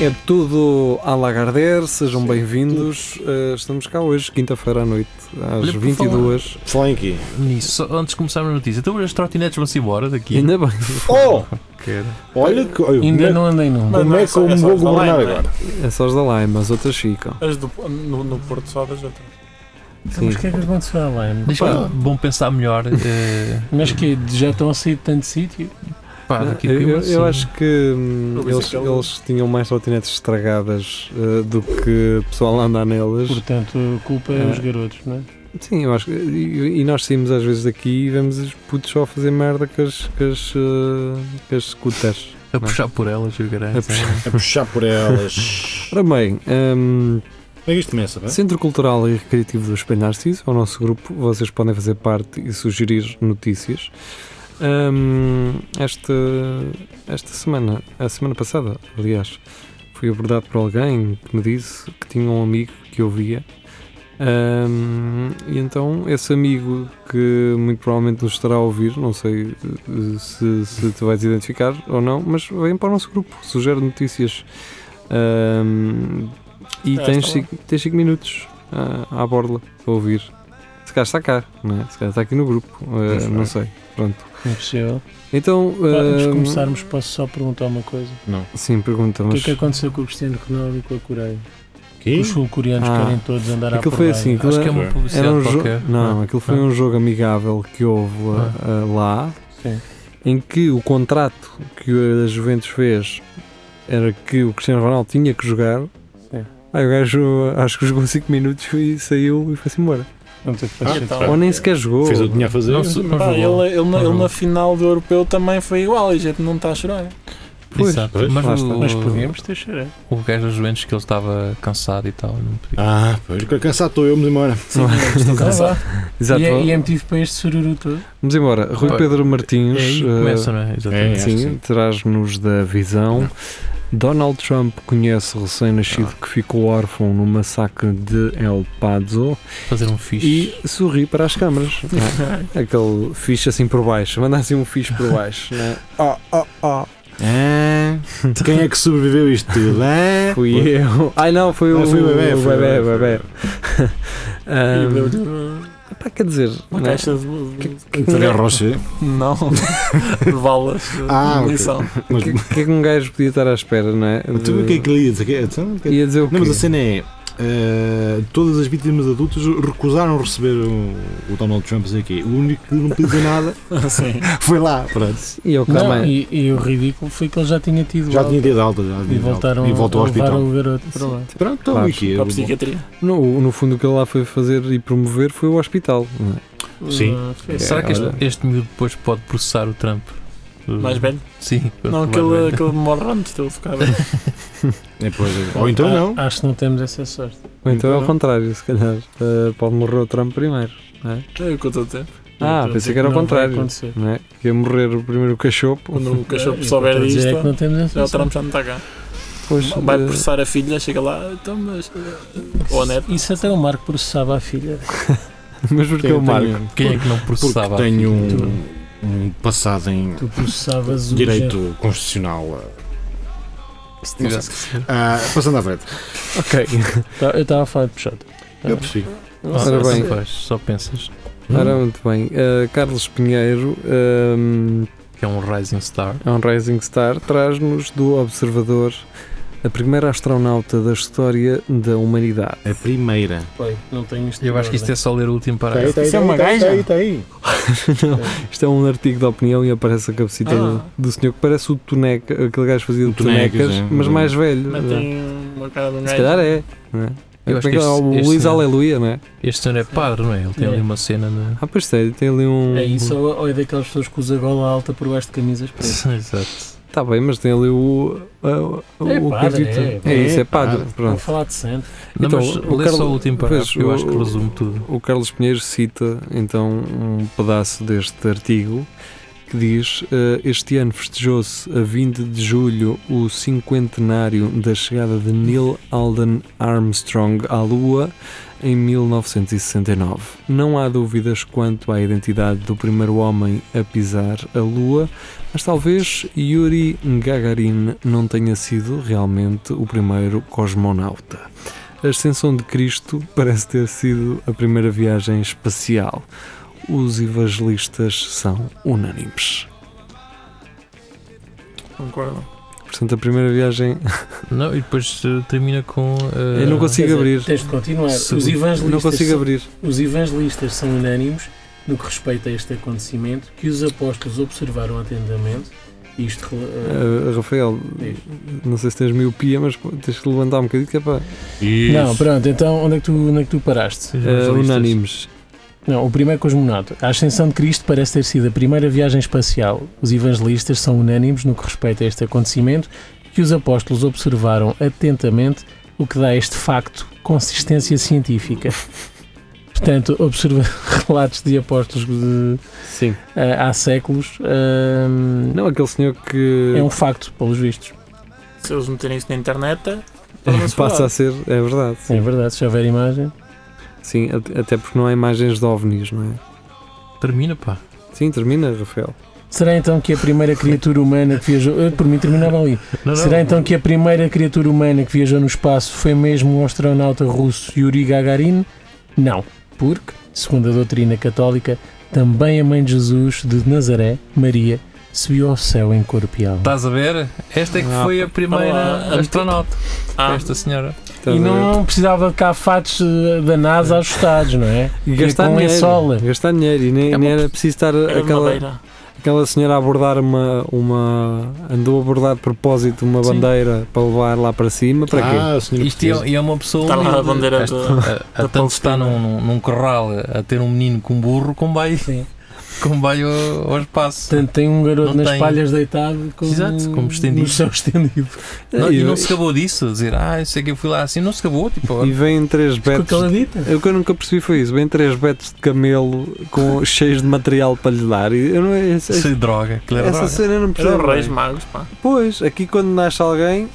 É tudo à Lagardère, sejam bem-vindos. Uh, estamos cá hoje, quinta-feira à noite, às Olha, por 22. Falem aqui. Nisso, só antes de começarmos a notícia, então as trotinetes vão-se embora daqui. Ainda né? bem. Oh! que era. Olha que. olha, como Ainda é- não andei num. Como é que eu me vou governar Não, é? agora? É só as da Lime, mas outras ficam. As do, no, no Porto só das outras. Sim. Mas o que é que aconteceu lá? Deixa-me bom pensar melhor. eh, Mas que já estão a sair de tanto sítio? Ah, pá, Não, daqui a eu, eu- pouco, eu assim. acho que hum, Talvez eles, é aquela- eles tinham mais trotinetes estragadas uh, do que pessoal a andar nelas. Eh, Portanto, a culpa é os garotos, não é? Sim, eu acho que. E, e nós saímos às vezes daqui e vemos os putos só a fazer merda com as, com as, uh, com as scooters. a puxar por elas, eu É garanto. A puxar. A É puxar por elas. Ora bem, hum, Como é que isto começa, bem? Centro Cultural e Recreativo do Espelho Narciso é o nosso grupo. Vocês podem fazer parte e sugerir notícias. Hum, esta, esta semana, a semana passada, aliás, fui abordado por alguém que me disse que tinha um amigo que ouvia. Hum, e então, esse amigo que muito provavelmente nos estará a ouvir, não sei eh, se, se te vais identificar ou não, mas vem para o nosso grupo, sugere notícias. Hum, e Ah, tens está 5 minutos ah, à borla para ouvir. Se calhar está cá, não é? se calhar está aqui no grupo, eh, Pois não é. sei. Pronto. Impossível. Então, Antes de hum, começarmos, posso só perguntar uma coisa? sim, pergunta, O que mas é que aconteceu com o Cristiano Ronaldo e com a Coreia? Aqui? Os sul-coreanos Ah. querem todos andar à aquilo foi assim, aquilo porrada. Acho que é uma Era publicidade Era um jogo. qualquer. Não, aquilo foi Ah. um jogo amigável que houve lá- lá, Sim. em que o contrato que a Juventus fez era que o Cristiano Ronaldo tinha que jogar. Sim. Aí o gajo acho que jogou 5 minutos e saiu e foi-se embora. Não tem Ah, que então. fazer. Ou nem sequer jogou. Fez o que tinha a fazer. Não se- não é. Pá, é- jogou. ele, ele na, ele jogou. na final do europeu também foi igual e a gente não está a chorar. é? Pois, Exato. pois, lá Mas, está. o, Mas podíamos ter cheirado. o gajo dos Juventus que ele estava cansado e tal. Não podia. Ah, pois, que cansado estou eu, mas embora. Sim, estou cansado. Exato. E é, e é motivo para este sururu todo. Vamos embora. Rui Pois. Pedro Martins. É aí que eh, começa, não é? é, Exatamente. acho que Sim, sim. traz-nos da visão. Donald Trump conhece o recém-nascido que ficou órfão no massacre de El Paso Fazer um fixe. e sorri para as câmaras. não é? Aquele fixe assim por baixo, manda assim um fixe por baixo. não é? Oh, oh, oh. Ah, quem é que sobreviveu isto tudo? Ah, Fui eu. Ai não, foi o, Ah, foi o bebé, o foi o bebé, bebé, o bebé. E Ahm, deu-lhe uma- pá, quer dizer, uma não é? caixa de. de- Foi a Rocha. Não, de balas de Ah, ok. munição. Mas que, que é que um gajo podia estar à espera, não é? tu o que é que lhe ia dizer? Que- então, que- Ia dizer o quê? Não, mas a cena é. eh, todas as vítimas adultas recusaram receber o, o Donald Trump a dizer aqui. O único que não pediu nada Sim. foi lá. Pronto. E eu Não, também. e, e o ridículo foi que ele já tinha tido. Já alta. tinha tido alta. Já tinha E tido alta. voltaram e voltou ao a levar hospital. o garoto para lá. Pronto, então Claro. e quê? Para a psiquiatria. No, no fundo, o que ele lá foi fazer e promover foi o hospital. não é? Sim. Ah, foi. Será que olha. este, este miúdo depois pode processar o Trump? Mais velho? Sim. Não, mais aquele, velho. aquele morre antes dele ficar velho. É, pois, é. Ou então não. Ah, Acho que não temos essa sorte. Ou então é ao Então- contrário, se calhar. Uh, pode morrer o Trump primeiro. É o que eu estou a dizer. Ah, Não pensei que era o vai contrário. acontecer. Não é? Que ia morrer o primeiro o cachopo. Quando o cachorro Eu souber estou a dizer disto, É que não temos essa já o sorte. Trump já não está cá. Depois, Vai eh, processar a filha, chega lá, então, mas. Ou a neta. Isso até o Marco processava a filha. mas porque é o Marco. Tenho- Quem é que não Porque processava? tenho Tu. um, um passado em Tu processavas o género. direito constitucional. eh, Se tivesse que ser. Ah, passando à frente. Ok. Tá, Eu estava a falar de puxado. Eu percebi. Ora só bem. faz, só pensas Ora, muito bem. Uh, Carlos Pinheiro um, que é um rising star. é um rising star. Traz-nos do Observador a primeira astronauta da história da humanidade. A primeira. Não tenho isto. Eu acho que isto é só ler o último parágrafo. Isso é uma gaja? Está aí, está aí. Isto é um artigo de opinião e aparece a cabecita Ah. do, do senhor que parece o Toneca, aquele gajo que fazia de Tonecas, Tonecas, é. mas mais velho. eh, Mas tem uma cara de um Se gajo. calhar é. não é? Eu acho Como é que que é? este- o este Luís não. Aleluia, não é? Este senhor é padre, não é? Ele tem É. ali uma cena na. Ah, pois tem, tem ali um. É isso ou, ou é daquelas pessoas que usa gola alta por baixo de camisas pretas? Exato. Está Tá bem, mas tem ali o. a- o- É o padre, Carlito. é, É isso, é é padre. padre. Vou Pronto. falar de santo. Não, Então, mas o lê Carlos- só o último parágrafo, pois, eu o- acho que resume tudo. O Carlos Pinheiro cita então um pedaço deste artigo que diz: eh, Este ano festejou-se a 20 de julho o cinquentenário da chegada de Neil Alden Armstrong à Lua em 1969. Não há dúvidas quanto à identidade do primeiro homem a pisar a Lua, mas talvez Yuri Gagarin não tenha sido realmente o primeiro cosmonauta. A ascensão de Cristo parece ter sido a primeira viagem espacial os evangelistas são unânimes. Concordo. Portanto, a primeira viagem. Não, e depois eh, termina com. eh, Eu não Quer consigo dizer, abrir. Tens de continuar. Os Segundo. evangelistas, Não consigo são, abrir. os evangelistas são unânimos no que respeita a este acontecimento que os apóstolos observaram atentamente. Isto eh, Ah, Rafael, não sei se tens miopia, mas pô, tens que levantar um bocadinho que é para. Isso. Não, pronto, então onde é que tu, onde é que tu paraste? Os Ah, evangelistas. unânimes. Não, o primeiro cosmonauta. A ascensão de Cristo parece ter sido a primeira viagem espacial. Os evangelistas são unânimes no que respeita a este acontecimento que os apóstolos observaram atentamente, o que dá a este facto consistência científica. Portanto, observa relatos de apóstolos de- Sim. ah, há séculos ahm, Não, aquele senhor que é um facto, pelos vistos. assim. Se eles meterem isso na internet, é- torna-se passa a verdade. ser. É verdade. É verdade, se houver imagem. Sim, at- até porque não há imagens de ovnis, não é? Termina, pá. Sim, termina, Rafael. Será então que a primeira criatura humana que viajou. Eu, por mim, terminava ali. Não, não. Será então que a primeira criatura humana que viajou no espaço foi mesmo o astronauta russo Yuri Gagarin? Não, porque, segundo a doutrina católica, também a mãe de Jesus de Nazaré, Maria, subiu ao céu em corpo e alma. Estás a ver? Esta é que Ah, foi a Ah, primeira lá, astronauta. Ah, Esta senhora. Estás E a ver? não precisava de cá fatos eh, da NASA ajustados, não é? E ia gastar com lençola. dinheiro. Gastar dinheiro. E nem, É nem uma- era preciso estar era de aquela. madeira. Aquela senhora a abordar uma, uma. andou a abordar de propósito uma Sim. bandeira para levar lá para cima, para quê? Ah, senhora Isto é, é uma pessoa. Está Tá lá a humilde. bandeira Esta- da- a- a da Tanto está Palestina. num, num- num corral a ter um menino com um burro, com vai, Sim. com vai ao, ao espaço. Portanto, tem um garoto Não nas tem. palhas deitado com, Exato, como estendido. no chão estendido. Não, e, e não se acabou disso, dizer, ah, eu sei que eu fui lá assim, não se acabou, tipo, e vêm três Com betos. aquela dita. Eu, o que eu nunca percebi foi isso. Vêm três betos de camelo com, cheios de material para lhe dar. E eu não, essa se é droga, aquilo era essa droga. cena eu não Era percebo. os reis bem. magos, pá. Pois, aqui quando nasce alguém,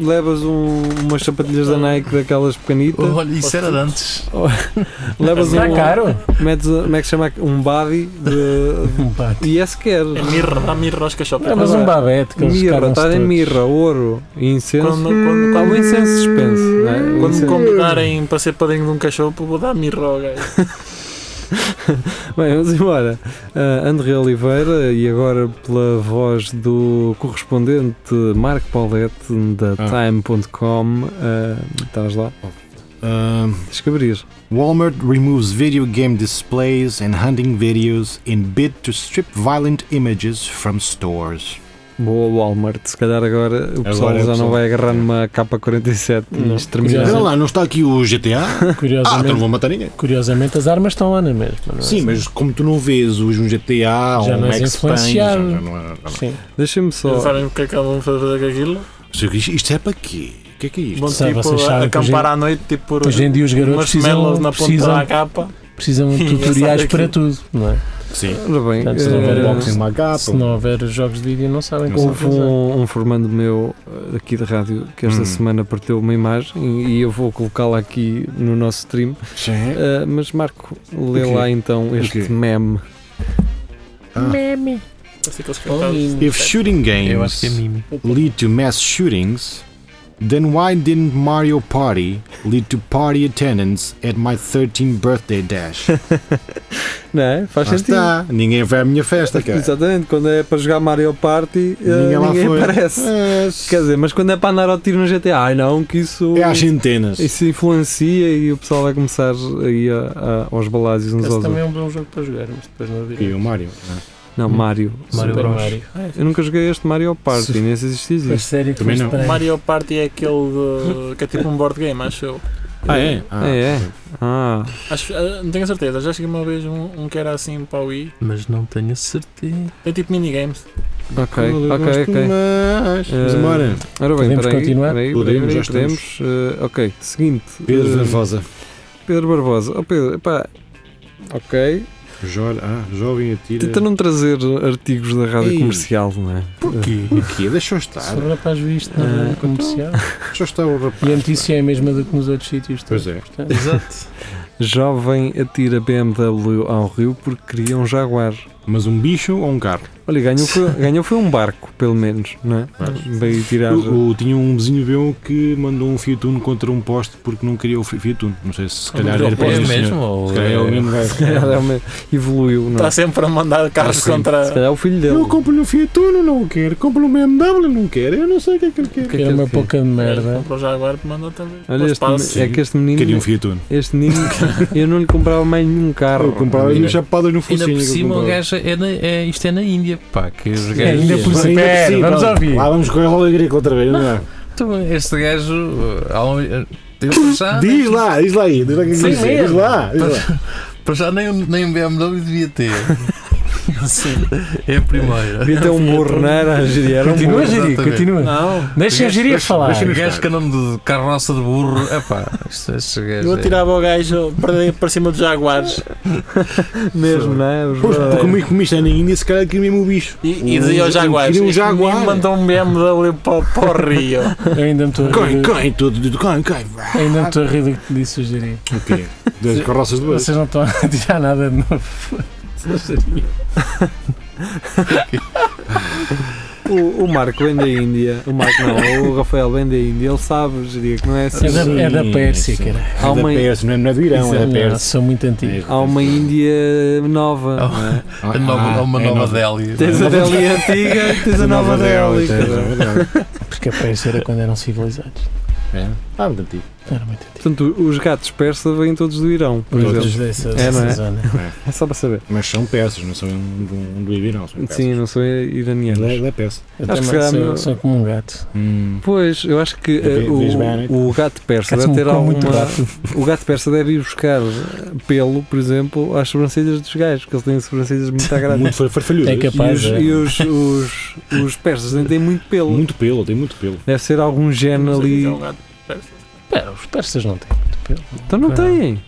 levas um, umas sapatilhas da Nike daquelas pequenitas, Olha, isso era de antes. levas Está um. Tá caro? Metes, como é que se chama? Um body de. Um pato. e é sequer. É mirra, dá mirra aos caixotes. É, mas um babete que eles Mirra, ficaram-se está em todos. mirra, ouro e incenso. Quando, quando, Há um incenso suspenso, não é? O quando me incenso. convidarem para ser padrinho de um cachorro, vou dar mirra ao gajo. Bem, vamos embora. Ah, André Oliveira e agora pela voz do correspondente Marco Paulette da Ah. Time.com. ah, estás lá? Ah, Tens que abrir. Walmart removes video game displays and hunting videos in bid to strip violent images from stores. Boa Walmart. Se calhar agora o pessoal Agora é já não pessoal. vai agarrar numa K47 e Não. exterminar. Espera lá, não está aqui o GTA? Ah, então tá Curiosamente, não vou matar ninguém. Curiosamente, as armas estão lá na mesma. não é? Sim, mas como tu não vês hoje um GTA ou Já um não és Max Payne... já- influenciado. já não é- já não Sim. Deixa-me Não só. sabem o que é que vão fazer com aquilo. é. Isto- Isto é para quê? O que é que é isto? Vão Sabe, vocês tipo a- sabem que hoje em- acampar à noite, tipo por Hoje em dia os garotos umas melas na precisam, ponta da precisam, capa. precisam de Sim, tutoriais sabe para aquilo. tudo, não é? Sim. Ora bem, Portanto, se não eh, houver boxing, uma capa. Se não houver jogos de vídeo, não sabem como Houve fazer. um, um formando meu eh, aqui de rádio que esta Hum. semana partiu uma imagem e eu vou colocá-la aqui no nosso stream. Sim. Eh, mas Marco, lê O quê? lá então este quê? meme. Assim que eles If cantavam. shooting Eu acho que é games mimi. lead to mass shootings, then why didn't Mario Party lead to party attendance at my 13th birthday dash? Não é? Faz Lá sentido. Ah, está, ninguém vai à minha festa, cara. Exatamente, quando é para jogar Mario Party, eh, Ninguém ninguém, lá foi. aparece. Quer dizer, mas quando é para andar ao tiro no GTA, ai não, que isso, É, é às centenas. isso influencia e o pessoal vai começar aí a- a- aos balásios uns aos Esse outros. também é um bom jogo para jogar, mas depois não havia. E é o Mario. Não, Mario. Mario Super Bros. Mario. É, Eu nunca joguei este Mario Party, Se- nem sei se existe. Mas sério que Também foste não. para aí. Mario Party é aquele de- que é tipo um board game, acho eu. Ah, é? Ah, É, é. Ah, Acho- ah, não tenho certeza, já cheguei uma vez um, um que era assim para o Wii. Mas não tenho certeza. É tipo minigames. ok, Eu ok, gosto ok. mais. Mas, Eh, embora. Ora bem, Podemos peraí, continuar? peraí, Podemos, peraí, já estamos. podemos. Eh, ok, seguinte. Pedro eh, Vanvosa. Pedro Barbosa. Oh, Pedro, pá. Ok. Jor, ah, jovem atira. Tenta não trazer artigos da rádio Ei. comercial, não é? Porquê? Porquê? Deixa eu estar. Sobre o Tá. rapaz visto na Ah, rádio então- comercial. Deixa eu estar o rapaz. E a notícia é a mesma do que nos outros sítios. Pois é. Portanto, Exato. Jovem atira BMW ao rio porque queria um Jaguar. Mas um bicho ou um carro? Olha, ganhou foi, ganhou foi um barco, pelo menos, não é? Veio tirar. Eu, eu tinha um vizinho meu que mandou um Fiat Uno contra um poste porque não queria o Fi- Fiat Uno. Não sei se se calhar era para é o mesmo? senhor. Ou Se calhar é o mesmo gajo. Realmente evoluiu, não Tá Hum. Está é? sempre a Ah, mandar carros Assim, Se contra. calhar é o filho dele. Eu compro-lhe um Fiat Uno, não o quero. Compro-lhe um BMW, não quero. Eu não sei o que é que ele quer. que é era que uma ele quer? pouca de merda. Comprou já agora e mandou também. Olha, Pô, este, espaço. men- é que este Tá Queria um menino, Fiat Uno. este menino, eu não lhe comprava mais nenhum carro. Eu comprava-lhe um Ainda- chapada no Ainda focinho. por que eu cima, o comprava. gajo é, na- é- isto é na Índia, pá. Que os É, gajos, ainda por Ainda cima. por cima, Vamos ouvir. Lá vamos correr ao agrícola outra vez, não é? Então, este gajo. uh, há um- uh, eu já- Diz lá, diz lá aí. Diz lá, o que é que Sim, isso é. diz mesmo. lá. Diz lá. Para já nem, um- nem um BMW devia ter. É a primeira. Devia ter um burro, não era? Giri, Era um Continua, burro. Giri, exatamente. continua. Não, Deixa a Giri a falar. Este gajo que andam de carroça de burro. Epá, isto- este gajo. Eu é- atirava o gajo para, para cima dos jaguares mesmo, não é? Os Pois, verdadeiros. porque comi comiste na Índia, se calhar queria mesmo o bicho. e, e dizia aos Eu jaguares. queria um "Este menino jaguar." mandou um BMW para, para o Rio. Eu ainda me estou a Cai, rir. cai, tudo, cai, cai. do- Ainda me estou a rir do que disse o Giri. O quê? Das carroças de boi. Vocês não estão a tirar nada de novo. O, o Marco vem da Índia, o Marco não, o Rafael vem da Índia, ele sabe, diria que não é assim. É da, é da Sim, Pérsia, sim. cara. Há uma, Pérsia, não é- não é do Irão, é da É Não, Pérsia. São muito antigos. há uma Índia nova. Ah, não é? Ah, a nova- ah, uma é nova Delhi. Tens a não é? Delhi antiga e tens a nova é Delhi. tens a cara. nova Delhi. É. Porque a Pérsia era quando eram civilizados. É. Ah, muito antigo. Era muito antigo. Portanto, os gatos persa vêm todos do Irão, por Todos exemplo. dessa, É, não dessa é? zona. É só para saber. Mas são persas, não são um, do- um do Irão, são persas. Sim, não sou iraniano. Ele é, ele é persa. Eu Acho que também será sou, meu- sou como um gato. Hum. Pois, eu acho que eh, Vi- Brisbane. o, o gato persa Gato deve ter come alguma. muito O gato persa deve ir buscar pelo, por exemplo, às sobrancelhas dos gajos, que eles têm sobrancelhas muito grandes. Muito far- farfalhudo. É E capaz. os, é. e os, os, os persas nem têm muito pelo. Muito pelo, tem muito pelo. Deve ser algum gene Não sei o ali. que é um gato. Pera, os persas não têm. Então não Não. têm.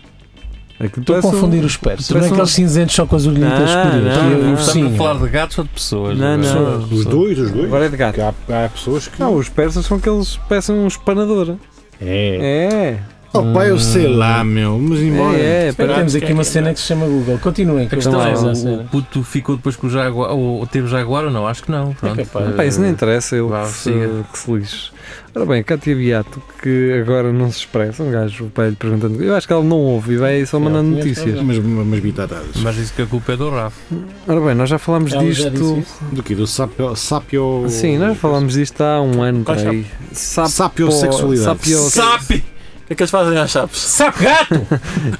É que Ah. Estou a parece um- confundir os persas. Não é parece um- aqueles cinzentos só com as orelhitas Não, escuras. não, E eu- não. eu Estamos sim. a falar de gatos ou de pessoas? Não, não. Pessoas, Os pessoas. dois, os dois. Agora é de gato. Porque Há, há pessoas que. Não, os persas são aqueles que parecem um espanador. É. É, Oh, pá, eu sei lá, meu. Mas embora. Hum. é, é. Espera, parece- temos aqui uma cena que se chama Google. Continuem. A que eu questão vou é, fazer a o, o Então cena. puto ficou depois com o Jaguar, ou teve Jaguar ou não? Acho que não. Pronto. Eh, capaz. Pá, isso não interessa, eu Vá, que, se, siga. que se lixe. Ora bem, Cátia Beato, que agora não se expressa, um gajo vai-lhe perguntando. Eu acho que ela não ouve e vai só mandando tinha notícias. razão. Mas, mas bitatadas. Mas disse que a culpa é do Rafa. Ora bem, nós já falámos Ela já disse disto. isso? Do que? Do sapio. sapio... Sim, nós falámos disto há um ano por Qual é aí. Sapo, Sapiosexualidade. sapio- Sapi! O que é que eles fazem aos sapos? Sapo gato! O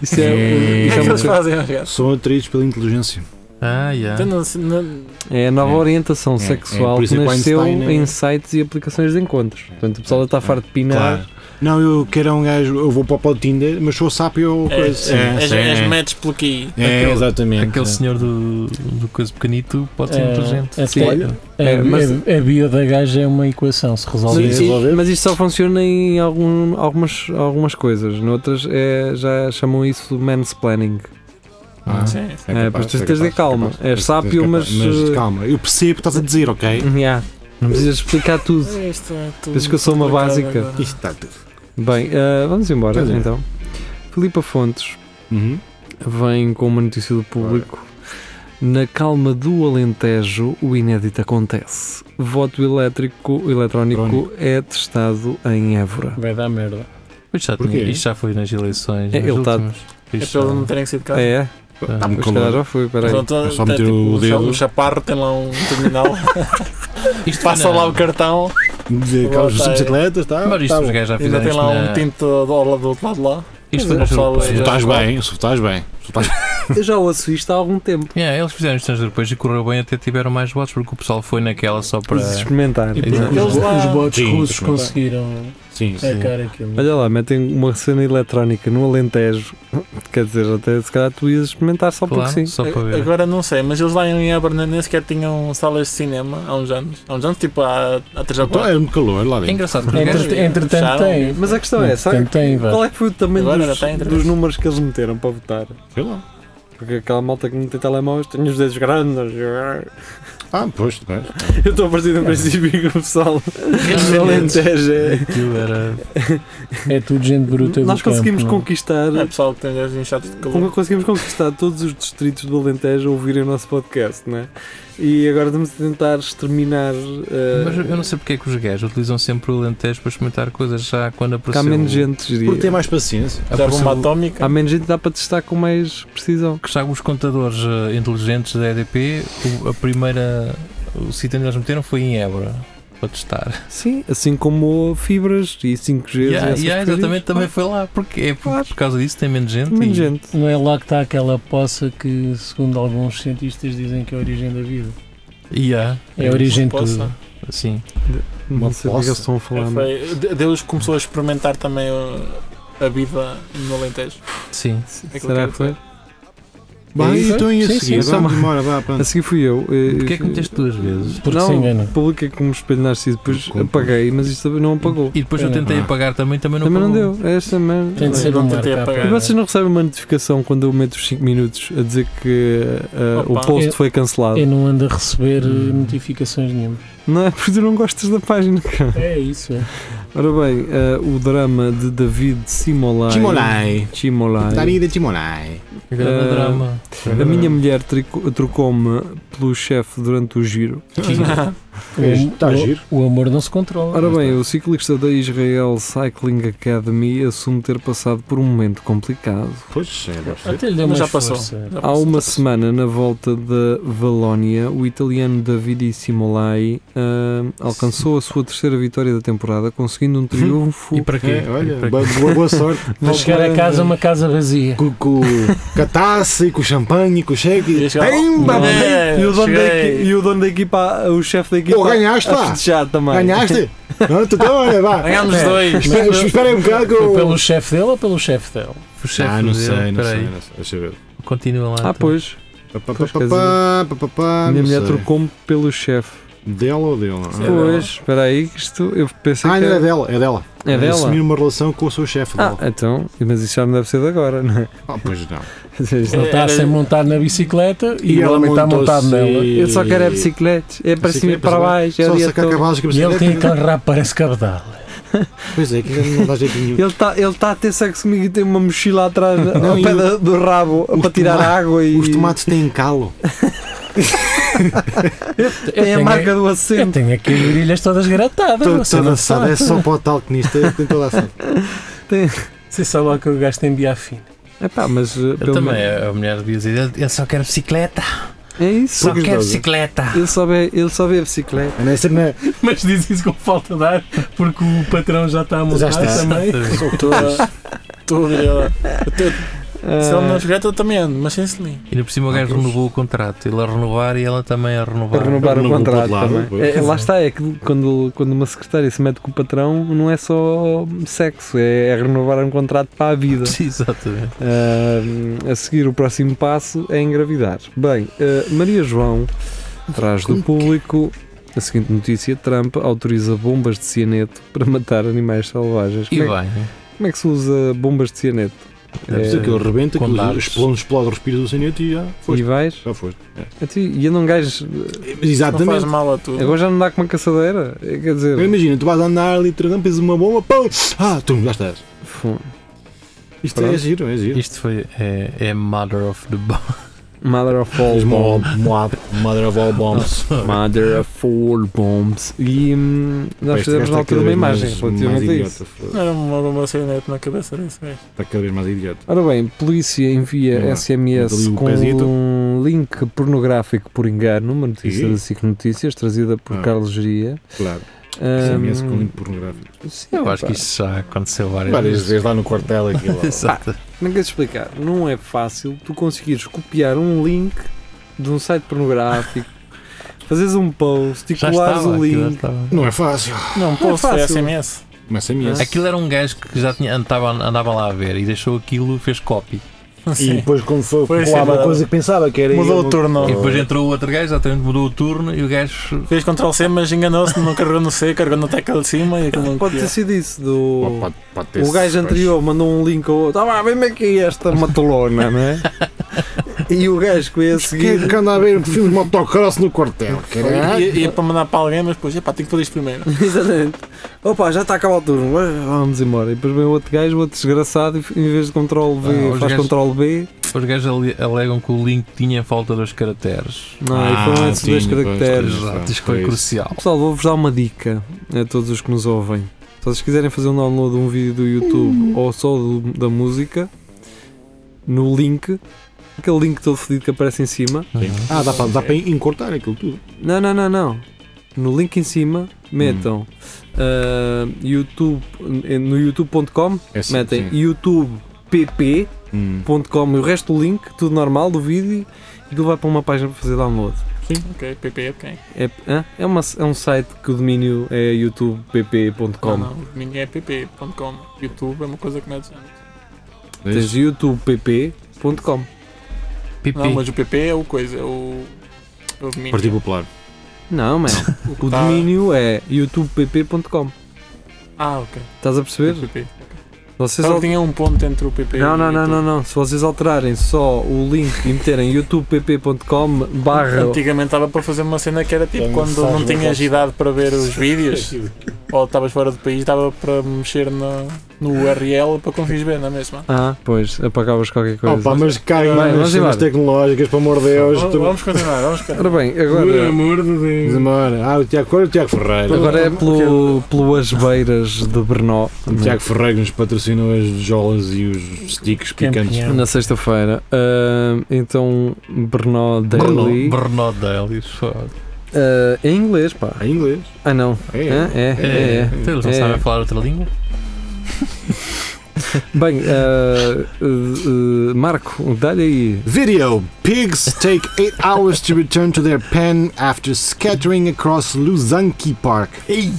Isso É. é, isso que é é, que uma eles coisa- fazem aos gatos? São atraídos pela inteligência. Ah, já. Então, não se- não- é a nova É. orientação É, é, sexual por que isso é que o nasceu Einstein é- em sites e aplicações de encontros. Portanto, o pessoal está farto de pinar. Claro. Não, eu quero um gajo. Eu vou para para o Tinder, mas sou sapio. é, coisa. assim. é, sim. é, as metes pelo aqui. É, Aquele- exatamente. Aquele senhor do, do coisa pequenito pode ser É, inteligente. até- Sim, olha. a, É, mas- a- a bio da gaja é uma equação. Se resolver Sim, isso, sim. resolver. Mas isto só funciona em algum- algumas, algumas coisas. Noutras é, já chamam isso de mansplaining. Ah, Sim. É, capaz, mas tens de ter capaz, calma. capaz. És sápio, capaz. mas, eh, Uhum. calma, eu percebo o que estás a dizer, ok? Yeah. Não precisas explicar tudo. Isto é tudo Pensas que eu sou uma complicado básica? agora. Isto está tudo. Bem, ah, vamos embora Pois é. então. Filipa Fontes Uhum. vem com uma notícia do público. Na calma do Alentejo, o inédito acontece. Voto elétrico, eletrónico Crónico. é testado em Évora. vai dar merda. Isto já, Porquê? tinha, isto já foi nas eleições. É, nas ele tá- últimas. É Isto para eles não já- Ah, terem sido cá. É, Está-me pois calhar calor. já foi, peraí. É só tipo meter o dedo. O um chaparro tem lá um terminal. Isto foi Passa na- lá o cartão. De Carlos dos Voltei. bicicletas, está? Mas isto tá os bom. gajos já E ainda fizeram tem isto lá um na... tinto do lado do outro lado lá. Isto foi Mas nas o pessoal- Se europeias. estás bem, se estás bem, se estás Eu já ouço isto há algum tempo. Yeah, eles fizeram isto nas europeias e correu bem, até tiveram mais votos, porque o pessoal foi naquela só para... Experimentar. E Exato. porque os, Eles lá- os bots Sim, russos também. conseguiram Sim, sim. sacar aquilo. Olha lá, metem uma cena eletrónica no Alentejo. Quer dizer, até se calhar tu ias experimentar só Claro, porque sim. só para ver. É, Agora não sei, mas eles lá em Abernathy nem sequer tinham salas de cinema há uns anos. Há uns anos, tipo há, há 3 ou Então 4. é muito calor lá É dentro. engraçado porque os Entre- gajos... entretanto, fecharam. tem. Então Mas a questão é, sabe Entretanto, tem, vá. qual é que foi o tamanho Agora já dos, está em dos três. números que eles meteram para votar? Sei lá. Porque aquela malta que não tem telemóveis tem os dedos grandes. Ah, pois, pois. Eu estou a partir do princípio que o pessoal do Alentejo é. Aquilo era. É tudo gente bruta Nós do conseguimos campo, não é? conquistar. É pessoal que tem os inchados de Como calor. conseguimos conquistar todos os distritos do Alentejo a ouvirem o nosso podcast, não é? E agora estamos a tentar exterminar. eh, Mas eu não sei porque é que os gajos utilizam sempre o lentejo para experimentar coisas já quando porque há apareceu. menos gente, diria. Porque tem mais paciência. Já a apareceu bomba atómica. Há menos gente, dá para testar com mais precisão. que sabe os contadores eh, inteligentes da EDP, o- a primeira. O sítio onde eles meteram foi em Évora, para testar. Sim, assim como fibras e 5G. e Yeah, essas yeah, porcarias. exatamente, também foi lá. Porque é por, Claro. por causa disso tem menos gente. Menos e- gente. Não é lá que está aquela poça que, segundo alguns cientistas, dizem que é a origem da vida. Yeah, É a origem de tipo, Poça. tudo. Sim. Não Uma sei o que é que poça. eles estão a falar. mas- Foi- De- Deus começou a experimentar também uh, a vida no Alentejo. Sim. É que eu Será quero que foi? dizer. É Bem, isso? então e a Sim, seguir? sim, Vamos sim. embora, vá, pronto. A seguir fui eu. eh, Porquê é que meteste duas vezes? Porque Não. se engana. Publiquei como espelho narciso, depois Como? apaguei, mas isto não apagou. E depois eu Ah. tentei apagar também, também não Também não apagou. deu. É Esta merda. Tem de ser Não um tentei markup. apagar. E vocês não recebem uma notificação quando eu meto os 5 minutos a dizer que eh, o Opa. post Eu- foi é? cancelado? Eu não ando a receber eh, Hum. notificações nenhumas. Não é porque tu não gostas da página, cara. É isso, é. Ora bem, eh, o drama de David Simolai. Timolai. Simolai. Darida Timolai. Grande Ah. drama. A minha mulher trico- trocou-me pelo chefe durante o giro. O- Está o- giro. O amor não se controla. Ora bem, o ciclista da Israel Cycling Academy assume ter passado por um momento complicado. Pois, é, deve ser. Até lhe deu mais Mas já passou. força. Já Há passou. uma semana, na volta da Valónia, o italiano Davide Simolai ah, alcançou a sua terceira vitória da temporada, conseguindo um triunfo. E para quê? É, olha, E para quê? boa, boa- boa sorte. Vai chegar a casa uma casa vazia. com, com, com a taça e com o champanhe e com o shake. E E... a chegar- Pimba! Não. bem. É, E o, dono da cheguei. equi- e o dono da equipa, o chefe da equipa, Pô, ganhaste, a pá. festejar também. Ganhaste? Pronto, então olha, vá. Ganhámos É. dois. Espera, espera aí um bocado que Foi eu... pelo chefe dele ou pelo chefe dela? O chefe Ah, não dele, sei, não espera sei, aí. não sei. Deixa eu ver. Continua lá. Ah, então. pois. Pá, pá, pá, Pois, quer pá, pá, pá, pá, A minha não mulher sei. trocou-me pelo chefe. Dela ou dele? Ah, dela. Pois, espera aí, que isto eu pensei Ah, que não é era- dela, é dela. é dela. Assumir uma relação com o seu chefe Ah, dela. então, mas isso já não deve ser de agora, não é? Ah, pois não. Ele está Era- a ser montado na bicicleta e, ele também está montado nela. Eu só quero é bicicletas, é para cima e Bicicleta, para baixo, é o Só dia sacar todo. cavalos que a E ele bicicleta- tem aquele rabo parece cabedal. né? Pois é, que ainda não dá jeito nenhum. Ele está ele tá a ter sexo comigo e tem uma mochila atrás Não, ao e pé o- da- do rabo os para tirar toma- a água e Os tomates têm calo. tem a marca do Eu assento. tenho aqui as virilhas todas gratadas. Todo você não assado. sabe. É só para o talquinista. é Tem toda a assado. Você sabe lá que o gajo tem biafina. Epá, mas eh, uh, Eu pelo também, é, menos- a mulher devia dizer, eu só quero bicicleta, É isso. só quero bicicleta. Ele só vê, ele só vê a bicicleta. Não é ser na- Mas diz isso com falta de ar, porque o patrão já está a Já montar está. também. Estou a- Estou a ver. Eu te- Se ela me não Ah, esgreta, eu também ando, mas sem selim. E no por cima o gajo renovou o contrato, ele a renovar e ela também Ah, a para renovar. renovar não o vou contrato para o lado, também. pois. É, é, lá está, é que quando, quando uma secretária se mete com o patrão, não é só sexo, é, é renovar um contrato para a vida. Sim, Exatamente. Ah, a seguir, o próximo passo é engravidar. Bem, ah, Maria João traz do público a seguinte notícia: Trump autoriza bombas de cianeto para matar animais selvagens. E Como é, bem, como é que se usa bombas de cianeto? Deve É, Por isso é que ele rebenta, que com dados. os planos explode, respira do sanito e já e foste. vais? Já foste. É. A ti- E andam gajos. Não faz Exatamente. mal a tudo. Agora já não dá com uma caçadeira? É, Quer dizer. Agora imagina, tu vais andar ali, trampes uma bomba, pão! Ah, tu já estás. fu- Isto Pronto. é giro, é giro. isto foi é, é Mother of the Bomb. Mother of all bombs. Mother of all bombs. Mother of all bombs. E hum, Pá, nós este fizemos gajo na está cada altura uma vez imagem mais- relativamente mais a idiota, isso. foda-se. Era uma bomba na cabeça desse gajo. Está cada vez mais idiota. Ora bem, polícia envia Vamos lá. SMS Dali o com casito. um link pornográfico por engano, uma notícia Ih. da SIC Notícias, trazida por Ah. Carlos Geria. Claro. Ahm, SMS com link pornográfico. sim, Eu acho pá, que isto já aconteceu Hum, várias, Ah, Várias vezes lá no quartel aquilo. Exato. Não queres é explicar, não é fácil tu conseguires copiar um link de um site pornográfico, fazeres um post e já colares estava, o aquilo já link. estava. Não é fácil. Não, Não é posso, é fácil. SMS. Começa a minha. É Aquilo era um gajo que já tinha, andava, andava lá a ver e deixou aquilo, fez copy. E Sim. depois quando foi, Foi foi assim, é lá uma mudou. coisa que pensava que era Mudou ele, o turno. E depois entrou o outro gajo, exatamente mudou o turno e o gajo. Fez Ctrl C, mas enganou-se, não carregou no C, carregou no tecla de cima e aquilo não Pode ter podia. sido isso do. Oh, pode- pode ter O gajo sido, anterior mandou um link ao outro. Ah, vá, vem-me aqui esta matolona, não é? E o gajo que veio a Quem é seguir. que anda a ver filmes de motocross no quartel? caralho? Ia, ia é para mandar para alguém, mas depois, epá, tenho que fazer isto primeiro. Exatamente. Opa, já está a acabar o turno. Ué, Vamos embora. E depois vem outro gajo, outro desgraçado, e em vez de Ctrl Ah, V, os faz gajos- Ctrl B. Os gajos ale- alegam que o link tinha falta dos caracteres. Não, é? e foram esses dois tinha, Ah, pois, caracteres. pois, Exato, isto foi foi isso. crucial. Pessoal, vou-vos dar uma dica a todos os que nos ouvem. Se vocês quiserem fazer um download de um vídeo do YouTube ou só do- da música, no link, aquele link todo fedido que aparece em cima. Ah, dá para, dá para encurtar aquilo tudo. Não, não, não, não. No link em cima, Hum. metam ah, YouTube, no youtube.com, É assim, metem sim. youtube.pp Hum. .com e o resto do link, tudo normal do vídeo, e tu vai para uma página para fazer download. Sim, ok, PP, ok. É, hã? é, uma- é um site que o domínio é Não, youtubepp.com. não, ninguém é pp.com. YouTube é uma coisa que não é de género. Tens Vês? youtubepp.com. Pipi. Não, mas o PP é o coisa, é o. é o domínio. Partido Popular. Não, mano. O que o tá- domínio é youtubepp.com. Ah, ok. Estás a perceber? O PP. Vocês Só al- que tinha um ponto entre o PP Não, e não, o não, YouTube. não, não. Se vocês alterarem só o link e meterem youtubepp.com barra. Antigamente estava para fazer uma cena que era tipo Então, quando faz não tinhas vontade. idade para ver os vídeos ou estavas fora do país, estava para mexer no, no URL para conseguires ver, não é mesmo? Ah, pois, apagavas qualquer coisa. Opa, mas caguem Vai, nas vamos cenas embora. tecnológicas, pelo amor de Deus. Vamos, Tu- vamos continuar, vamos continuar. Ora bem, é agora. amor de Vamos embora. Ah, o Tiago Coelho e o Tiago Ferreira. Agora é pelo, pelo As Beiras de Brno. O Tiago Ferreira nos patrocinou as jolas e os sticks Campeão. picantes. Na sexta-feira. Ah, então, Brno Daily. Bernard Daly, foda. Ah, em inglês, pá. Em inglês. Ah, não. É. Hã? É, é, é. Então, Eles não É. sabem falar outra língua? Bem, ah, ah, ah, Marco, dá-lhe aí. Video. Pigs take 8 hours to return to their pen after scattering across Luzanki Park. É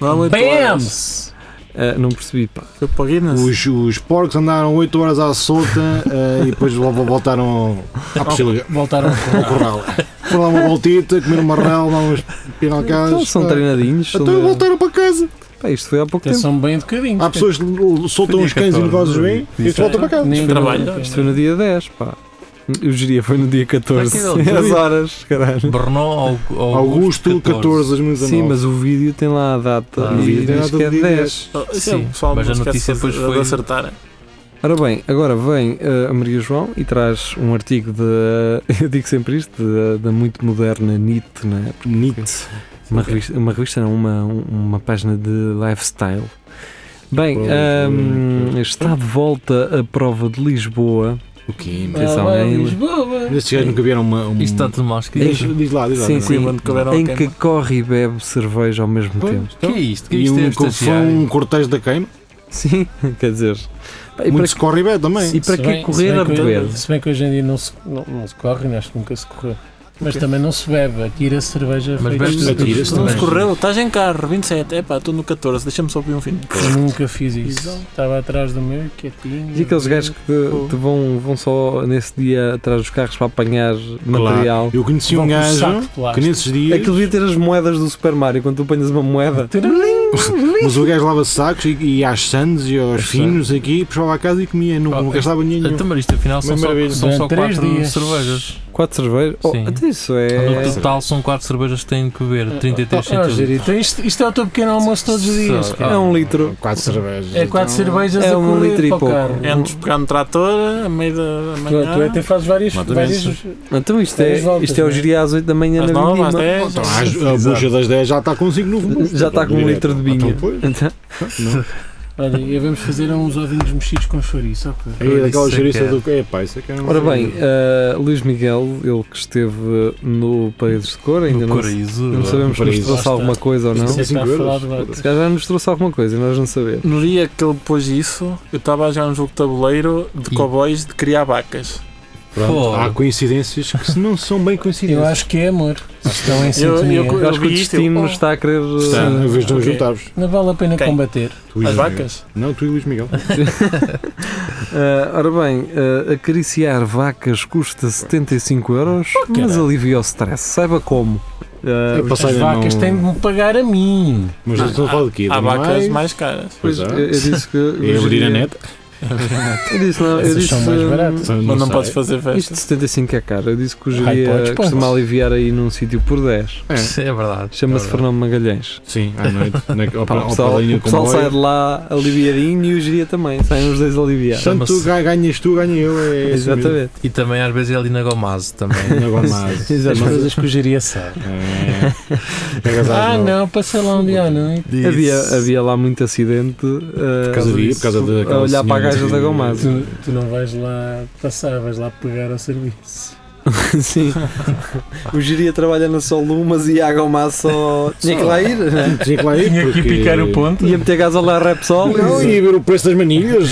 Não há muito horas. BAMS! Ah, não percebi, pá. Foi para o Guinness. Os, os porcos andaram 8 horas à solta eh, e depois vol- voltaram à possível Voltaram ao corral. Foram dar uma voltita, comer uma rel, dar umas pinalcadas. Então, são Oh, pá. treinadinhos. são eh, Então de- voltaram para casa. Pá, isto foi há pouco Até tempo. são bem educadinhos. Há pessoas que l- soltam Foi os cães e dia negócios 14, né? bem e disse. voltam para casa. Nem Isto foi no- trabalho. Isto foi é? no dia 10, pá. Eu diria foi no dia 14. Mas é que não, As horas, caralho. Bernard Au- Augusto, Augusto 14, 2019. Sim, mas o vídeo tem lá a data Ah, e o vídeo tem a diz data que do é dia 10. Oh, isso é Sim, o pessoal mas não a esquece notícia depois de, foi- de acertar. Ora bem, agora vem eh, a Maria João e traz um artigo de. eh, eu digo sempre isto, da- da muito moderna NIT, né? Nietzsche. uma, revista, uma revista, não, uma, um, uma página de lifestyle. Bem, Pois, ahm, está de volta a prova de Lisboa. O quê? Ah, Atenção, vai, é ele. Lisboa! Estes gajos nunca vieram uma. Um... Isto tá- está tudo mal escrito. Diz, diz lá, diz lá. Sim, diz lá. sim. Quando couberam em ao que tempo. corre e bebe cerveja ao mesmo Pois, tempo. que é isto? que é E isto? é um, co- foi estagiário. um cortejo da queima. Sim, quer dizer. pá, E Muito para, se corre e bebe também. e para Se que bem- se correr bem a que- beber? Se bem que hoje em dia não se, não, não se corre, nem acho que nunca se correu. Mas também não se bebe, atira-se cerveja Mas feita bebe-se de- tudo. Atira-se Não também. escorreu, estás em carro, 27, epá, estou no 14, deixa-me só ouvir um filme. Eu nunca fiz isso. Exato. Estava atrás do meu, quietinho. E aqueles gajos que te, te vão, vão só nesse dia atrás dos carros para apanhar material. Eu conheci Vão um com um gajo saco de que plástico. nesses dias. Aquilo devia ter as moedas do Super Mario, quando tu apanhas uma moeda. Mas o gajo lava sacos e, e às sandes e aos finos aqui, puxava a casa e comia. Não, Ah, não gastava dinheiro Então, nenhum. mas isto afinal são Uma só, maravilha. são só Durante três quatro dias. cervejas. Quatro cervejas? Oh, Sim. até isso é. No total são quatro cervejas que têm que beber. 33 Ah, ah, centímetros. Gerito, isto, isto é o teu pequeno almoço todos os dias. cara. ah, É um litro. Ah, Quatro cervejas. então, É quatro cervejas é a um correr litro e para o pouco. carro. É Antes de pegar no trator, a meio da da Tu, é, tu manhã. até fazes várias, várias Então isto é, Três voltas, isto é o né? giria às 8 da manhã Às na 9, às Vindima. 10. Então, às- a bucha das 10 já está com 5 no Já está com um Direto. litro de vinho. Então, pois. Então, Olha, e vamos fazer uns ovinhos mexidos com chouriço. só para- Aí daquela Isso é que chouriça é. do. É pá, isso é que era um- Ora bem, eh, Luís Miguel, ele que esteve no Paredes de Cor, ainda Ah, No não, se- Corizo. não sabemos se nos Paraíso. trouxe Lá está. alguma coisa ou não. Isto é Se Sim. cinco que está a euros. falar de barato. calhar já nos trouxe alguma coisa e nós não sabemos. No dia que ele pôs isso, eu estava a jogar um jogo de tabuleiro de Ih. cowboys de criar vacas. Pronto, Pô. há coincidências que se não são bem Eu coincidências. acho que é amor. Estão em Eu- sintonia. eu- Eu acho que o vi isto, eu- destino oh. está a querer. Está, eh, a vez de não Ok. juntar-vos. Não vale a pena Quem? combater. Tu e As o vacas? Miguel. Não, tu e o Luís Miguel. Ah, ora bem, ah, acariciar vacas custa 75 euros, mas caralho. alivia o stress. Saiba como. Ah, É passar As a vacas mão- têm de me pagar a mim. Mas estão a falar de quê? De Ah, Há vacas animais? mais caras. pois, Pois é. eu, eu disse que. É abrir a hoje- net. Eu disse, não, eu Essas disse. são mais hum, baratas. Não Mas não sei. é. podes fazer Isto festa. de 75 é caro. Eu disse que o Ai, podes, geria costuma podes. aliviar aí num sítio por 10. É verdade. Chama-se é verdade. Fernando Magalhães. Sim, à noite. Na, ao, Pá, ao, o pessoal, ao linha o pessoal sai de lá aliviadinho e o geria também. Saem os dois aliviados. Tanto tu ga- ganhas tu, ganha eu. É isso mesmo. É Exatamente. E também às vezes é ali na Gomaz também. Na Gomaz. As Mas- coisas que eu geria sabe. É. Pegas às Ah, mãos. não, passei lá um dia à noite. Havia, havia lá muito acidente eh, Por causa disso, por causa daquela a olhar para senhora a gaja que- da Gomaz. Tu, tu não vais lá passar, vais lá pegar ao serviço. Sim. O Giria trabalha na Solum, mas ia à Gomaça só. Tinha que lá ir, né? Tinha que lá ir, Tinha que porque- picar o ponto. Ia meter gás lá a Repsol. Não, e ver o preço das manilhas.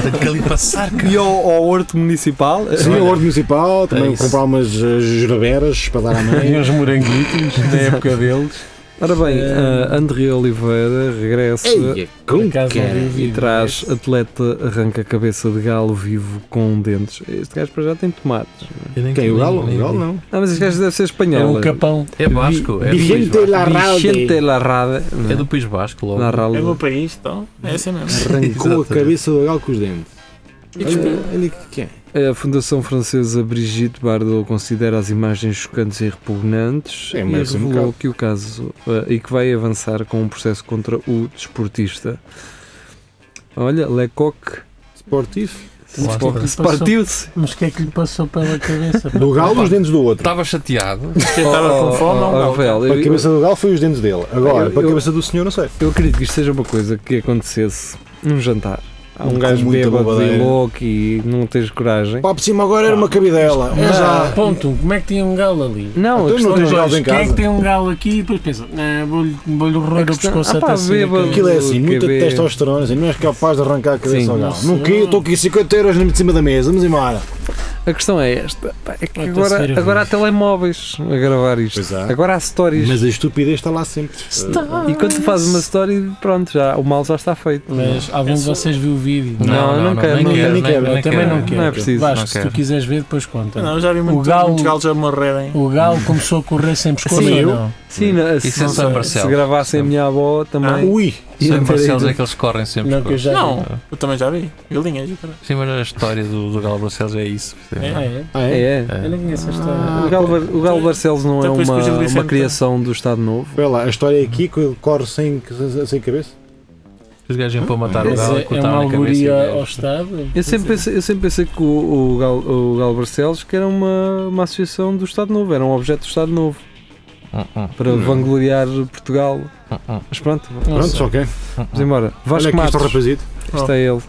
Tenho que ali passar, cara. E ao, ao Horto Municipal. Sim, a Ordem Municipal, também isso. comprar umas eh, juraberas para dar à mãe. E uns moranguitos na época deles. Ora bem, Eh, eh, André Oliveira regressa Ei, com Por acaso não vi o cara. vídeo. e traz atleta arranca a cabeça de galo vivo com dentes. Este gajo para já tem tomates. Eu nem- Quem? O nem- Galo? nem O Galo vi. não. Ah, mas este gajo deve ser É espanhol. Eh, um capão. É Vasco. É do País Vicente Vasco. Vicente Larralde Larrada. Não, É do País Vasco logo. Larralde. É meu país, então. É essa mesmo. arrancou a Exatamente. cabeça do galo com os dentes. Olha olha que que é. A Fundação Francesa Brigitte Bardot considera as imagens chocantes e repugnantes É, e merece um revelou bocado. que o caso eh, e que vai avançar com um processo contra o desportista. Olha, Lecoq Sportif. Lá está. Passou. partiu-se. Mas o que é que lhe passou pela cabeça? Do galo, os dentes do outro. Estava chateado. Quem estava é com fome um Oh, não, não. Rafael, Para a eu, cabeça do galo foi os dentes dele. Agora, Eu- para a eu- cabeça do senhor, não sei. eu acredito que isto seja uma coisa que acontecesse num jantar. Há um Com gajo muita bêbado e bobadeira. louco e não tens coragem. Pá, por cima agora era uma cabidela. É Ah, já. ponto, como é que tinha um galo ali? Não, Então a questão não tens é- galos em Quem é que casa. tem um galo aqui e depois pensa, "Não, vou-lhe vou A roer o questão- pescoço Ah, pá, até sair bêbado. a Aquilo é assim, Do muita QB. testosterona, não és capaz de arrancar a cabeça Sim. ao galo. Nossa. Não quero, estou aqui 50 euros em cima da mesa, vamos embora. A questão é esta. Pá, É que Outra agora, terceira agora há vez. telemóveis a gravar isto. Pois há. Agora há stories. Mas a estupidez está lá sempre. Está. E quando tu fazes uma story, pronto, já, o mal já está feito. Mas algum de vocês viu o vídeo? Não, eu não quero, nem não quero, quero, nem- eu nem também quero. não quero. Não é preciso. Vasco, não se tu quero. quiseres ver, depois conta. Não, já vi muito, oh. galo- muitos galos a morrerem. O galo começou a correr sem pescoço Sim, ou eu? não? Sim, na- se, Isso é só se- Barcelos. se gravassem a minha avó também. Ui! iam Sem ter Barcelos ido. é que eles correm sempre. Não, que eu já Não, vi. eu também já vi. Galinhas, e caralho. Sim, mas a história do, do Galo Barcelos é isso. Ah, é? Ah, Ah, é? É, é. Eu não conheço esta. O Galo, Bar- o Galo Barcelos não é Então, por isso que o Gil uma, Vicente uma tem- criação do Estado Novo. Olha lá, a história é aqui que ele corre sem, sem cabeça. Os gajos iam para matar o Mas Galo e é, é cortaram uma a cabeça. e o alegoria ao gajo. Estado? Eu sempre, pensei, eu sempre pensei que o, o, Galo, o Galo Barcelos que era uma, uma associação do Estado Novo, era um objeto do Estado Novo Hum, hum, para vangloriar Portugal. hum, hum. Mas pronto, Não Pronto, sei. só quem? vamos embora. Olha Vasco aqui é um este Matos, rapazito. isto é ele.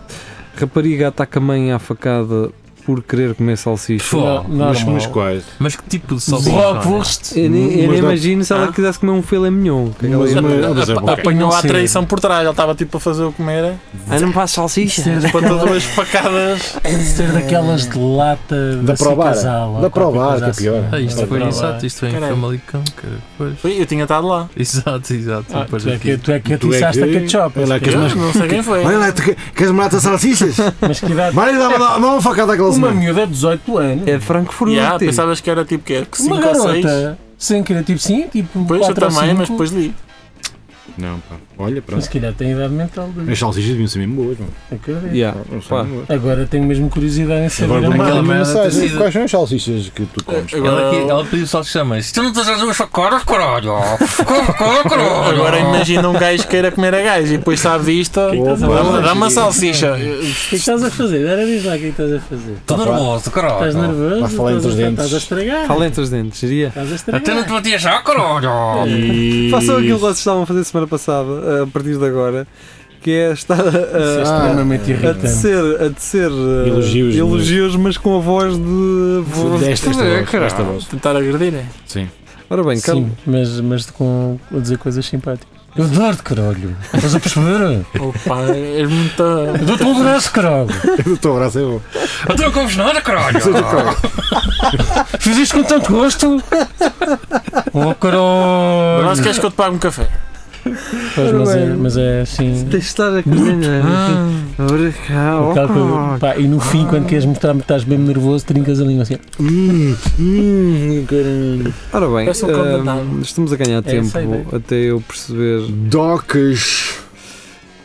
Rapariga ataca mãe à facada por querer comer salsicha. Pô, Não, Mas, normal. mas quais? Mas que tipo de Só salsicha? não é? Eu nem, eu Mas nem dá- imagino se ela Ah. quisesse comer um filé mignon. que aquela- Mas uma- ah, mas é bom. Apanhou lá a Sim. traição por trás, ele estava tipo a fazer o comer, Ah, não faz salsicha? Ser para todas daquelas, as facadas. ser daquelas de lata Da da Probar. Cicasal, ou Da qualquer Probar, coisa que é assim. pior. Ah, isto Da foi Probar. exato, isto foi em Caralho. Famalicão, cara. Pois. Ui, Eu tinha estado lá. Exato, exato. Ah, Depois tu é aqui. que, tu é que Tu é atiçaste que- a ketchup. Olha lá, que as Eu mas- não sei quem foi. Olha lá, tu que- queres matar as salsichas? Mas que idade? Vai dá dá- dá uma facada àquela Uma semana. miúda de 18 anos. É Frankfurt. Yeah, pensavas que era tipo que era uma 5 ou 6. garota. Sem querer, tipo sim, tipo Pois eu quatro ou também, cinco. mas depois li. Não, pá. Olha, Mas pronto. se calhar tem idade mental. de- As salsichas deviam ser mesmo boas, mano. Acredito. Yeah. Não são Pá. mesmo boas. Agora tenho mesmo curiosidade em saber Agora a vou aquela mandar marca. uma merda ter mensagem. sido- Quais são as salsichas que tu comes? é Ela, Agora, aqui, ela pediu salsichamas. Tu não tens as duas facadas, caralho! agora imagina um gajo queira comer a gajo e depois sabe vista. que estás a Dá-me fazer? dá-me uma salsicha. O que é que estás a fazer? Era diz lá o que é que estás a fazer. Tá Estou nervoso, Estás caralho! nervoso? Vai falar Estás a- entre os dentes. Estás a estragar? Fala entre os dentes, diria. Estás a Até não estragar. te batias já, caralho! E- Façam aquilo que vocês estavam a fazer semana passada, eh, a partir de agora, que é estar Isso a, é a, Ah, extremamente a irritante. tecer, a tecer uh, Elogios, não é? elogios, mas com a voz de. voz- Desta esta É, voz, caralho. esta voz. Tentar agredir. é? Sim. Ora bem, Carlos. Sim, mas, mas com, a dizer coisas simpáticas. Eu adoro-te, caralho. Estás a perceber? Opa, és muita. Eu dou-te um abraço, caralho. O teu abraço é bom. Até não comes nada, caralho! Fiz isto com tanto gosto. Oh, caralho. Mas queres que eu te pague um café? Pois, mas, é, mas é assim... Tens de estar a cozinhar. Ah. Ora cá, o ó, cálculo- Oh. caralho. pá, e no fim, quando queres mostrar-me que estás mesmo nervoso, trincas a língua assim. Hum, hum, caralho. Ora bem, eh, Parece um condenado. hum, estamos a ganhar É essa a tempo ideia. até eu perceber Docas.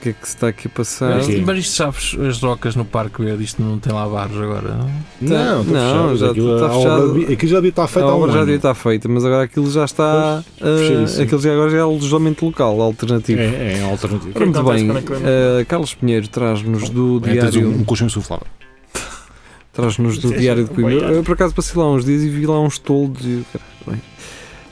que é que se está aqui a passar. Mas, Ok. mas isto sabes, as docas no Parque Verde, isto não tem lá barros agora, não? Não, tá Não, já está fechado. Aqui já devia estar A feito há um obra já ano. devia estar feita, mas agora aquilo já está. fechei ah, isso. aquilo já agora já é alojamento local, alternativo. É, é alternativo. Ora, O que muito acontece bem, quando Eh, é ah, Carlos Pinheiro traz-nos do É, tens diário. um, um colchão insuflável. Traz-nos do é Diário de um Coimbra. Eu, por acaso, passei lá uns dias e vi lá uns toldos e. caralho, tá bem.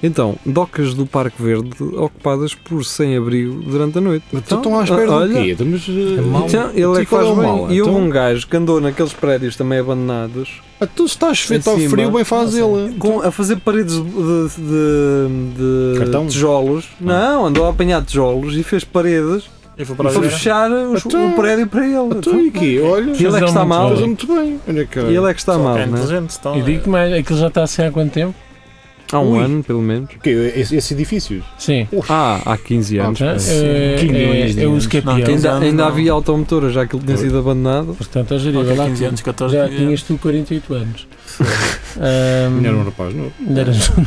Então, docas do Parque Verde ocupadas por sem-abrigo durante a noite. ah, Então, estão à espera olha, do quê? Estamos, eh, mau. Então, ele é e que qual faz é o bem. mal, E houve então? um gajo que andou naqueles prédios também abandonados Ah, tu se estás feito Em ao cima. frio, bem fazê-la. com, a fazer paredes de, de- de Cartão? tijolos. Não, andou a apanhar tijolos e fez paredes Eu vou para para a Vera. fechar os- Então- o prédio para ele. Então, e aqui, olha, E ele é que está mal. fazem muito bem. Olha, cara. E ele é que está Só mal, que é né? inteligente, então. E digo-te mais, aquilo já está assim há quanto tempo? Há um Ui. ano, pelo menos. O quê? Esse, esse edifício? Sim. Ah, há 15 anos. Já, sim. é, Que milhões é, de é o anos. escapião. Não, tem Ainda, anos, ainda não. havia automotora, já que ele tinha sido abandonado. Portanto, a gerir, Ok, lá 15 anos, tu. 14 já anos. tinhas tu 48 anos. Ahm, Melhor um rapaz, não? ainda eras um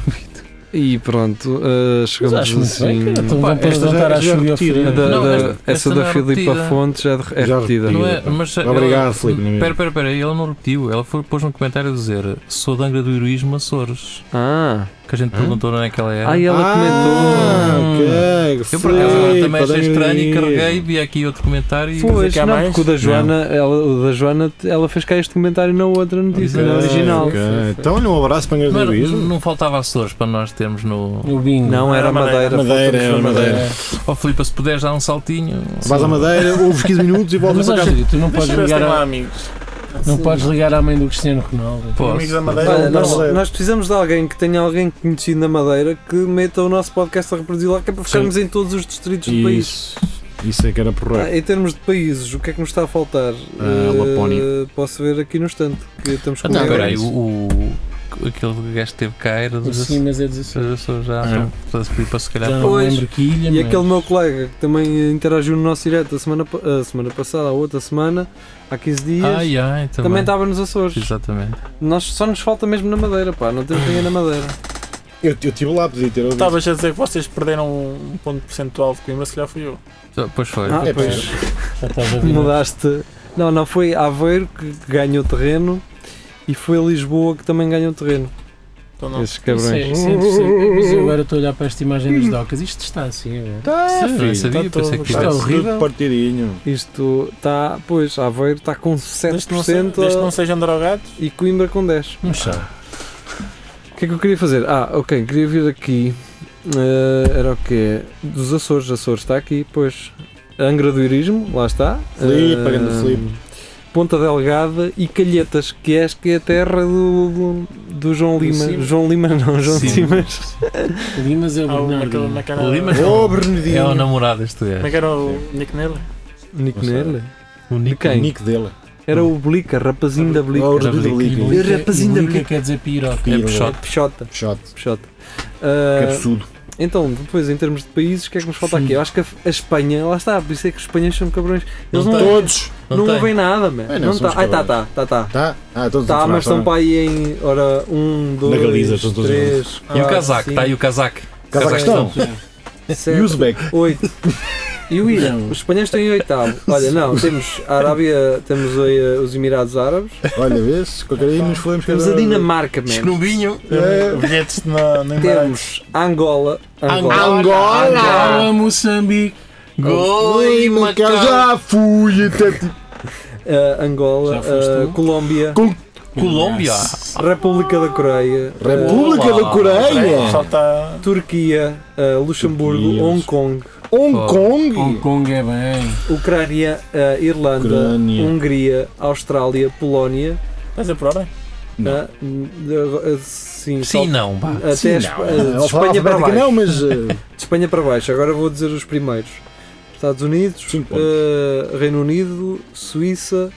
E pronto, uh, Mas chegamos acho muito assim. bem, cara. Então Pá, vão para esta já- levantar à já chuva e ao retira. frio. A da- Não, da- esta- essa esta da não é Filipa repetida. Fonte já é, de- é Já repetida. repeti. Não é, mas Obrigado, Filipe, não é mesmo? Espera, espera, espera, ele não repetiu. Ela foi, pôs um comentário a dizer: Sou da Angra do Heroísmo Açores. Ah, Que a gente Hã? perguntou onde é que ela era. aí ela ah, comentou. ok. Eu por acaso sei, também achei padrinho. estranho e carreguei, vi aqui outro comentário e. Dizer Pois, que há não, mais? porque o da Joana, ela, o da Joana, ela fez cá este comentário na outra notícia, Ok, na original. ok. Então, olha, um abraço para a Angra do Mas Heroísmo. não faltava Açores para nós termos no. No bingo. É. Não, é. era Era Madeira. Madeira. Madeira, foi era Madeira. Ó Filipe, se puderes dar um saltinho. Vais à Madeira, ouves 15 minutos e voltas Mas para ó, casa. Júlio, tu não podes, Deixa eu ver se ligar tem lá a, amigos. não podes ligar à mãe do Cristiano Ronaldo. Posso. Amigos da Olha, Madeira. não, nós, não sei. nós precisamos de alguém que tenha alguém conhecido na Madeira que meta o nosso podcast a reproduzir lá, que é para ficarmos em todos os distritos do um país. Isso. Isso é que era porra. Ah, em termos de países, o que é que nos está a faltar? Ah, Eh, Lapónia. posso ver aqui no estante que estamos com Ah, não, medo. peraí, o, o- aquele gajo que teve cá era dos Sim, mas é 16. Açores. Açores Já, Ah. então, a Filipe, se calhar. Já não Pois. lembro que ilha, E mas- aquele meu colega que também interagiu no nosso direto a semana, pa- a semana passada, a outra semana, há 15 dias, Ai, ai, Ah, também. também tá- estava nos Açores. Exatamente. Nós, só nos falta mesmo na Madeira, pá, não temos ninguém na Madeira. Eu eu estive lá, podia ter ouvido. Estavas a dizer que vocês perderam um ponto percentual de Coimbra, se calhar fui eu. Já- Pois foi. Ah, É pois. possível. Já estás a ver. Mudaste. Não, não, foi Aveiro que que ganhou terreno e foi Lisboa que também ganhou terreno. Então não. Esses Isso é- cabrões. isso é interessante. Mas eu agora estou a olhar para esta imagem dos docas. Isto está assim, é. Tá, Sim, filho, não sabia, tá pensei todo- que é tá tivesse. tudo Horrível. partidinho. Isto está, pois, Aveiro está com Desde que não, se, 7% desde que não sejam drogados, e Coimbra com 10. Não está. O que é que eu queria fazer? Ah, ok, queria vir aqui. eh, era o quê? Dos Açores. Açores está aqui, pois. Angra do Irismo, lá está. Filipe, Eh, grande Filipe. Ponta Delgada e Calhetas, que acho que é a terra do, do, do João Do Lima. Simas. João Lima não, João Simas. Simas. Limas é o há um- Bernardo. naquele- naquela. O Lima Como Oh, Bernardinho. É o namorado este gajo. é que era o Nick Nele? Nick Não sei. Nele? O Nick. De quem? Nick dele. Era o Blica, rapazinho da Blica. Oh, Já vi Rodrigo aqui. Lick. Lica- Rapazinho da Lica Blica. quer dizer piroca. É Pila. puxado. Pichota. Shot. Pichota. Ah, Que absurdo. Então, depois, em termos de países, o que é que nos falta Sim. aqui? Eu acho que a, a Espanha, lá está, por isso é que os espanhóis são cabrões. Eles não, não, Todos. tem. ouvem nada, man. É, não, não são os tá. Ai, tá, tá, cabrões. tá, tá. Tá? Ah, todos Tá, os mas estão fracos, para aí em, ora, um, dois, Galiza, estão todos três, E o quatro, casaco, está aí o casaco. não é? Cazaquistão. cinco, E sete, o Uzbek. oito. E o Irã? Os espanhóis têm oitavo. Olha, não, temos a Arábia, temos aí, eh, os Emirados Árabes, Olha, vês? Qualquer dia nos falamos que temos a era- Dinamarca, man. Escrumbinho. É. Bilhetes na, na Emirates. Temos Angola, Angola. Angola! Olá, Moçambique. Gol Oi, e Macau. Macau. Já fui até tipo, ti. eh, Angola, Já foste eh, tu? Colômbia, Colômbia. República da Coreia, eh, República Olá. da Só Coreia! está. Turquia, eh, Luxemburgo, Turquia, Hong Kong, Hong Hong Kong! Kong é bem. Ucrânia, eh, Irlanda, Ucrânia. Hum. Hungria, Austrália, Polónia. Estás tá a por ordem? Não. eh, eh, eh, sim, só- Sim, não, pá. Até Sim, a Espa- não, eh, não, de Espanha para alfabética baixo. Não, mas. eh, De Espanha para baixo. Agora vou dizer os primeiros: Estados Unidos, Cinco pontos. eh, Reino Unido, Suíça,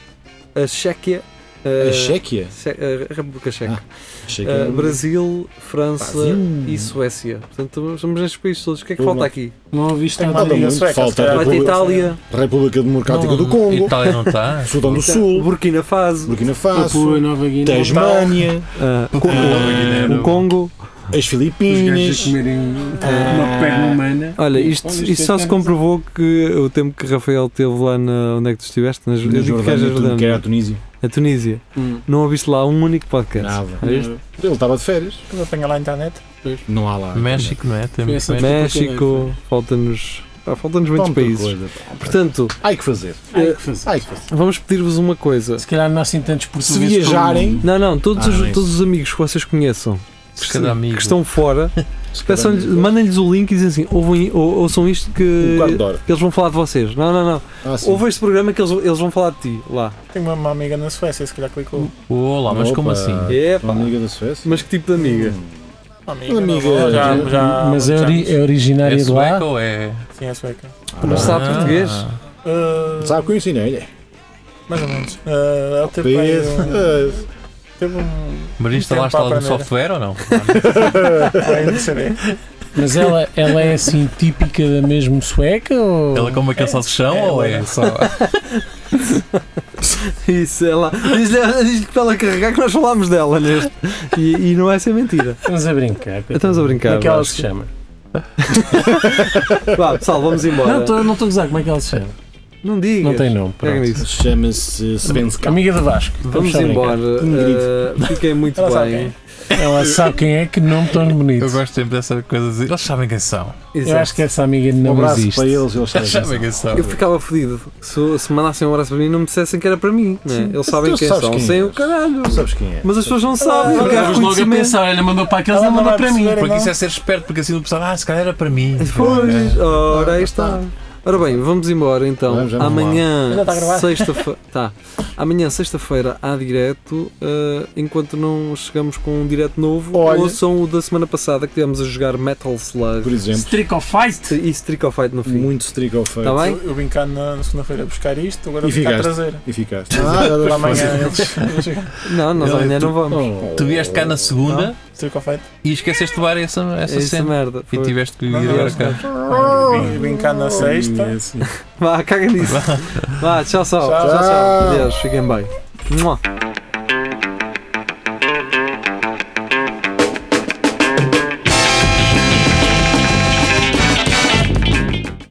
a Chequia, eh, A É Chequia? é Che- eh, República Checa, Chequia. eh, Brasil, França Brasil. e Suécia. Portanto, estamos nestes países todos. O que é que Tudo falta bem. aqui? Não ouviste Tem nada uma Falta liga um muito, sueca. falta se calhar. a Vai ter Itália, República Democrática Não, do Congo. Itália não tá. está. Sudão do Ita- Sul. Burkina Faso, Burkina Papua Faso. Nova Guiné. Tasmânia. eh, Congo, Papua Nova o Congo, As Os gajos a Filipinas. comerem uma perna humana. Espanha. Olha, E isto, Espanha, isto só se é- comprovou que o tempo que Rafael teve lá na, onde é que tu estiveste? Na, Ju- eu digo que tudo que era é. era a Jordânia, Tunísia. a Tunísia. Hum. Não ouviste lá um único podcast. Nada. É isto? Ele estava de férias. Mas apanha lá a internet. Não há lá. México, não é? Foi Temos essa México. México, falta-nos ah, falta-nos Não há muitos muita países. coisa. Portanto, Há que fazer. Eh, Ai, que fazer. Há que fazer. vamos pedir-vos uma coisa. Se calhar não há assim tantos portugueses. Se viajarem, Não, não, todos, Ah, os, não é isso. todos os amigos que vocês conheçam Se que- cada amigo. que estão fora, peçam mandem-lhes o link e dizem assim: ouvem, ou, ouçam isto Um que, quarto de hora. que eles vão falar de vocês. Não, não, não. Ah, sim. Ouve este programa que eles, eles vão falar de ti lá. Tenho uma, uma amiga na Suécia, se calhar clicou. Olá, mas como Opa. assim? É, Uma amiga da Suécia. Hum. Mas que tipo de amiga? Uma amiga. Amiga. não, Já, já, mas é, já- ori- é É originária de lá. sueca ou é. Sim, é sueca. Não sabe Ah, português? Ah, Sabe que eu ensinei-lhe. Mais ou menos. Ah, ela teve, aí um, Pois. teve um. Mas isto Tem lá para está lá no aprender. software ou não? Foi no CD. Mas ela, ela é assim típica da mesmo sueca ou. Ela é como aquele salsichão ou é só. Isso, ela. Diz-lhe diz que para ela carregar que nós falámos dela neste. E, e não é sem mentira. Estamos a brincar. Estamos a brincar, Como é que ela Vasco. se chama? Vá, pessoal, vamos Não embora. estou não estou a gozar, como é que ela se chama? Não digas. Não tem nome. pronto. Pega nisso. eh, Chama-se Svenska. Amiga do Vasco. Vamos só a brincar. embora. Ingrid. Uh, fiquem muito Ela sabe bem. Ela sabe quem é que nome tão bonito. Eu Eu, gosto sempre dessa coisa de dizer. Eles sabem quem são. Exato. é. acho que essa amiga Um não abraço existe. para eles. Eles Eles sabem. sabem quem são. Eu ficava fodido se, se mandassem um abraço para mim não me dissessem que era para mim. Né? Sim. Eles sabem Tu quem sabes são, quem sem és. o caralho. Tu sabes quem é. Mas as pessoas não sabem. porque há Ficavas logo a reconhecimento. pensar, olha, mandou para aqueles, Ela não não mandou vai para mim. perceber. Porque isso é ser esperto, porque assim não pensava, ah, se calhar era para mim. Né? Pois, ora aí está. Ora bem, vamos embora então. Vamos, vamos Ainda Amanhã, está a gravar? sexta-feira. tá. Amanhã, sexta-feira, há direto. eh, enquanto não chegamos com um direto novo, Olha. ouçam o da semana passada que tivemos a jogar Metal Por Hum. Slug exemplo, Trick or fight? e Streak of Fight no fim. muito streak ao feito. Está bem? Eu, eu vim cá na, na segunda-feira buscar isto, agora E vim cá ficaste. trazer. E ficaste. Ah, já Para vamos amanhã fazer. eles. eles chegam. Não, nós Ele- amanhã tu- não Oh, vamos. Tu vieste cá na segunda Circo feito. e esqueceste de levar essa, essa Essa cena. É merda. E foi. tiveste que Não, ir não, agora não. cá. Oh. Vim, vim cá na sexta. Tá, Vá, caga nisso. Vá, tchau, tchau. Tchau. tchau. Adeus, fiquem bem. Mua.